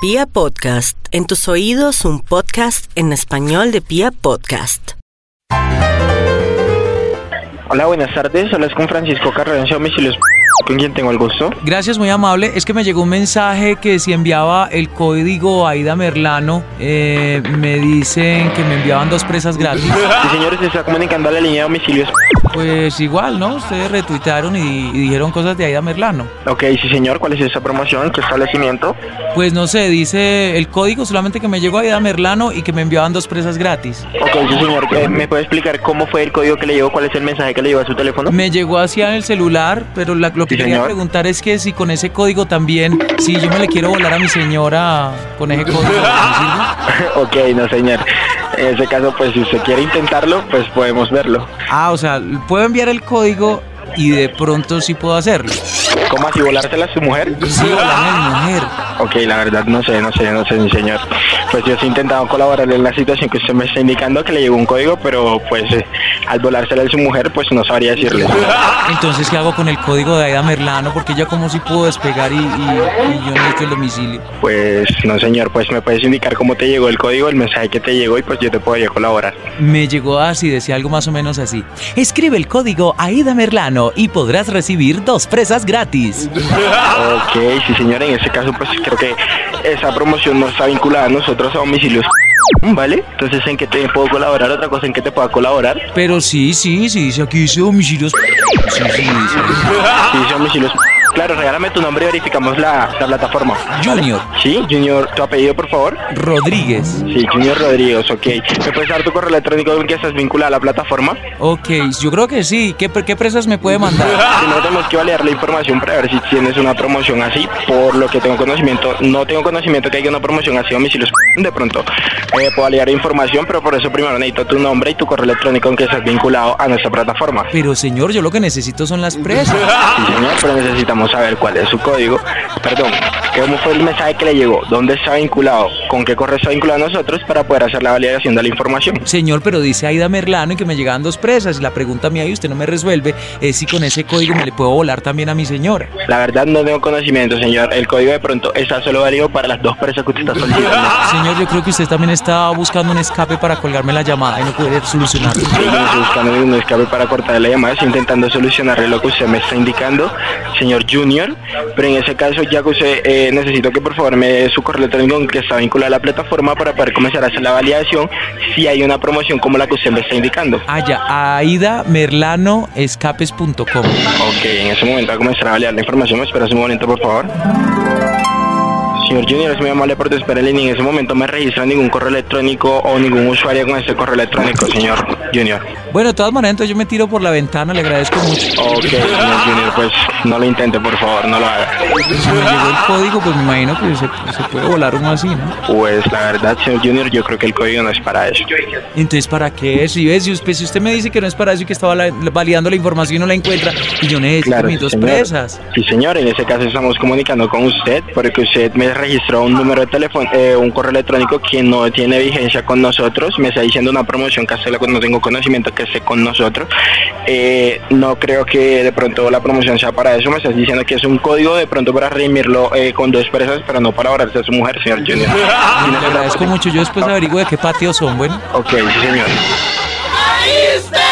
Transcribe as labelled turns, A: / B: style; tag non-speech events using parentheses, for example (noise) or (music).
A: Pia Podcast, en tus oídos un podcast en español de Pia Podcast.
B: Hola, buenas tardes. Hablas con Francisco Carrancio Misiles. ¿Con quién tengo el gusto?
C: Gracias, muy amable. Es que me llegó un mensaje que si enviaba el código Aida Merlano, eh, me dicen que me enviaban dos presas gratis.
B: Sí, señores, se está comunicando a la línea de domicilios.
C: Pues igual, ¿no? Ustedes retuitearon y, y dijeron cosas de Aida Merlano.
B: Ok, sí, señor. ¿Cuál es esa promoción? ¿Qué establecimiento?
C: Pues no sé, dice el código solamente que me llegó Aida Merlano y que me enviaban dos presas gratis.
B: Ok, sí, señor. Eh, ¿Me puede explicar cómo fue el código que le llegó? ¿Cuál es el mensaje que le llegó a su teléfono?
C: Me llegó hacia el celular, pero la- lo que
B: Sí,
C: quería
B: señor.
C: preguntar es que si con ese código también, si yo me le quiero volar a mi señora con
B: (laughs)
C: ese código. ¿me sirve?
B: (laughs) ok, no, señor. En ese caso, pues si usted quiere intentarlo, pues podemos verlo.
C: Ah, o sea, puedo enviar el código y de pronto sí puedo hacerlo.
B: ¿Cómo así volársela a su mujer?
C: Sí, hola, mi mujer.
B: Ok, la verdad, no sé, no sé, no sé, mi señor. Pues yo sí he intentado colaborar en la situación que usted me está indicando que le llegó un código, pero pues eh, al volársela a su mujer, pues no sabría decirle.
C: Entonces, ¿qué hago con el código de Aida Merlano? Porque ya como si puedo despegar y, y- y yo necesito el domicilio.
B: Pues no señor, pues me puedes indicar cómo te llegó el código, el mensaje que te llegó y pues yo te podría colaborar.
C: Me llegó así, decía algo más o menos así. Escribe el código Aida Merlano y podrás recibir dos presas gratis.
B: Ok, sí señor, en ese caso pues creo que esa promoción no está vinculada a nosotros a domicilios. ¿Vale? Entonces, ¿en qué te puedo colaborar? Otra cosa en que te pueda colaborar.
C: Pero sí, sí, sí, dice aquí dice domicilios. Sí, sí, dice.
B: Sí, sí, domicilios. Claro, regálame tu nombre y verificamos la, la plataforma.
C: Junior
B: Sí, Junior, tu apellido, por favor.
C: Rodríguez.
B: Sí, Junior Rodríguez, ok. ¿Me puedes dar tu correo electrónico con que estás vinculada a la plataforma?
C: Ok, yo creo que sí. ¿Qué, pre- qué presas me puede mandar?
B: Si no tenemos que validar la información para ver si tienes una promoción así. Por lo que tengo conocimiento, no tengo conocimiento que haya una promoción así a domicilios. De pronto, eh, puedo validar la información, pero por eso primero necesito tu nombre y tu correo electrónico en que estás vinculado a nuestra plataforma.
C: Pero señor, yo lo que necesito son las presas.
B: Sí, señor, pero necesitamos saber cuál es su código. Perdón, ¿cómo fue el mensaje que le llegó? ¿Dónde está vinculado? ¿Con qué correo está vinculado a nosotros para poder hacer la validación de la información?
C: Señor, pero dice Aida Merlano y que me llegaban dos presas. Y la pregunta mía y usted no me resuelve es si con ese código me le puedo volar también a mi señora.
B: La verdad no tengo conocimiento, señor. El código de pronto está solo válido para las dos personas que usted está solicitando.
C: (laughs) Señor, yo creo que usted también está buscando un escape para colgarme la llamada y no poder solucionarlo.
B: Sí, no estoy buscando ningún escape para cortar la llamada, estoy intentando solucionarle lo que usted me está indicando, señor Junior. Pero en ese caso, ya que usted eh, necesito que por favor me dé su correo electrónico en que está vinculado a la plataforma para poder comenzar a hacer la validación si hay una promoción como la que usted me está indicando.
C: Ah, ya, Aida Merlano Escapes.com.
B: Ok, en ese momento va a comenzar a validar la información, me esperas un momento por favor. Señor Junior, es muy amable por tu espera en línea. En ese momento me registra ningún correo electrónico o ningún usuario con ese correo electrónico, señor Junior.
C: Bueno, de todas maneras, entonces yo me tiro por la ventana, le agradezco mucho.
B: Ok, señor Junior, pues no lo intente, por favor, no lo haga.
C: Si me llegó el código, pues me imagino que se, se puede volar uno así, ¿no?
B: Pues la verdad, señor Junior, yo creo que el código no es para eso.
C: Entonces, ¿para qué es? Si, ve, si usted, si usted me dice que no es para eso y que estaba validando la información y no la encuentra, y yo necesito
B: Claro,
C: mis dos
B: señor.
C: presas.
B: Sí, señor, en ese caso estamos comunicando con usted porque usted me registró un número de teléfono, eh, un correo electrónico que no tiene vigencia con nosotros. Me está diciendo una promoción que hace la cual no tengo conocimiento que esté con nosotros. Eh, no creo que de pronto la promoción sea para eso. Me estás diciendo que es un código de pronto para redimirlo eh, con dos presas, pero no para ahorrarse a su mujer, señor Junior. (laughs)
C: Le agradezco mucho. Yo después averiguo de qué patio son, bueno.
B: Ok, sí, señor.
D: Ahí está.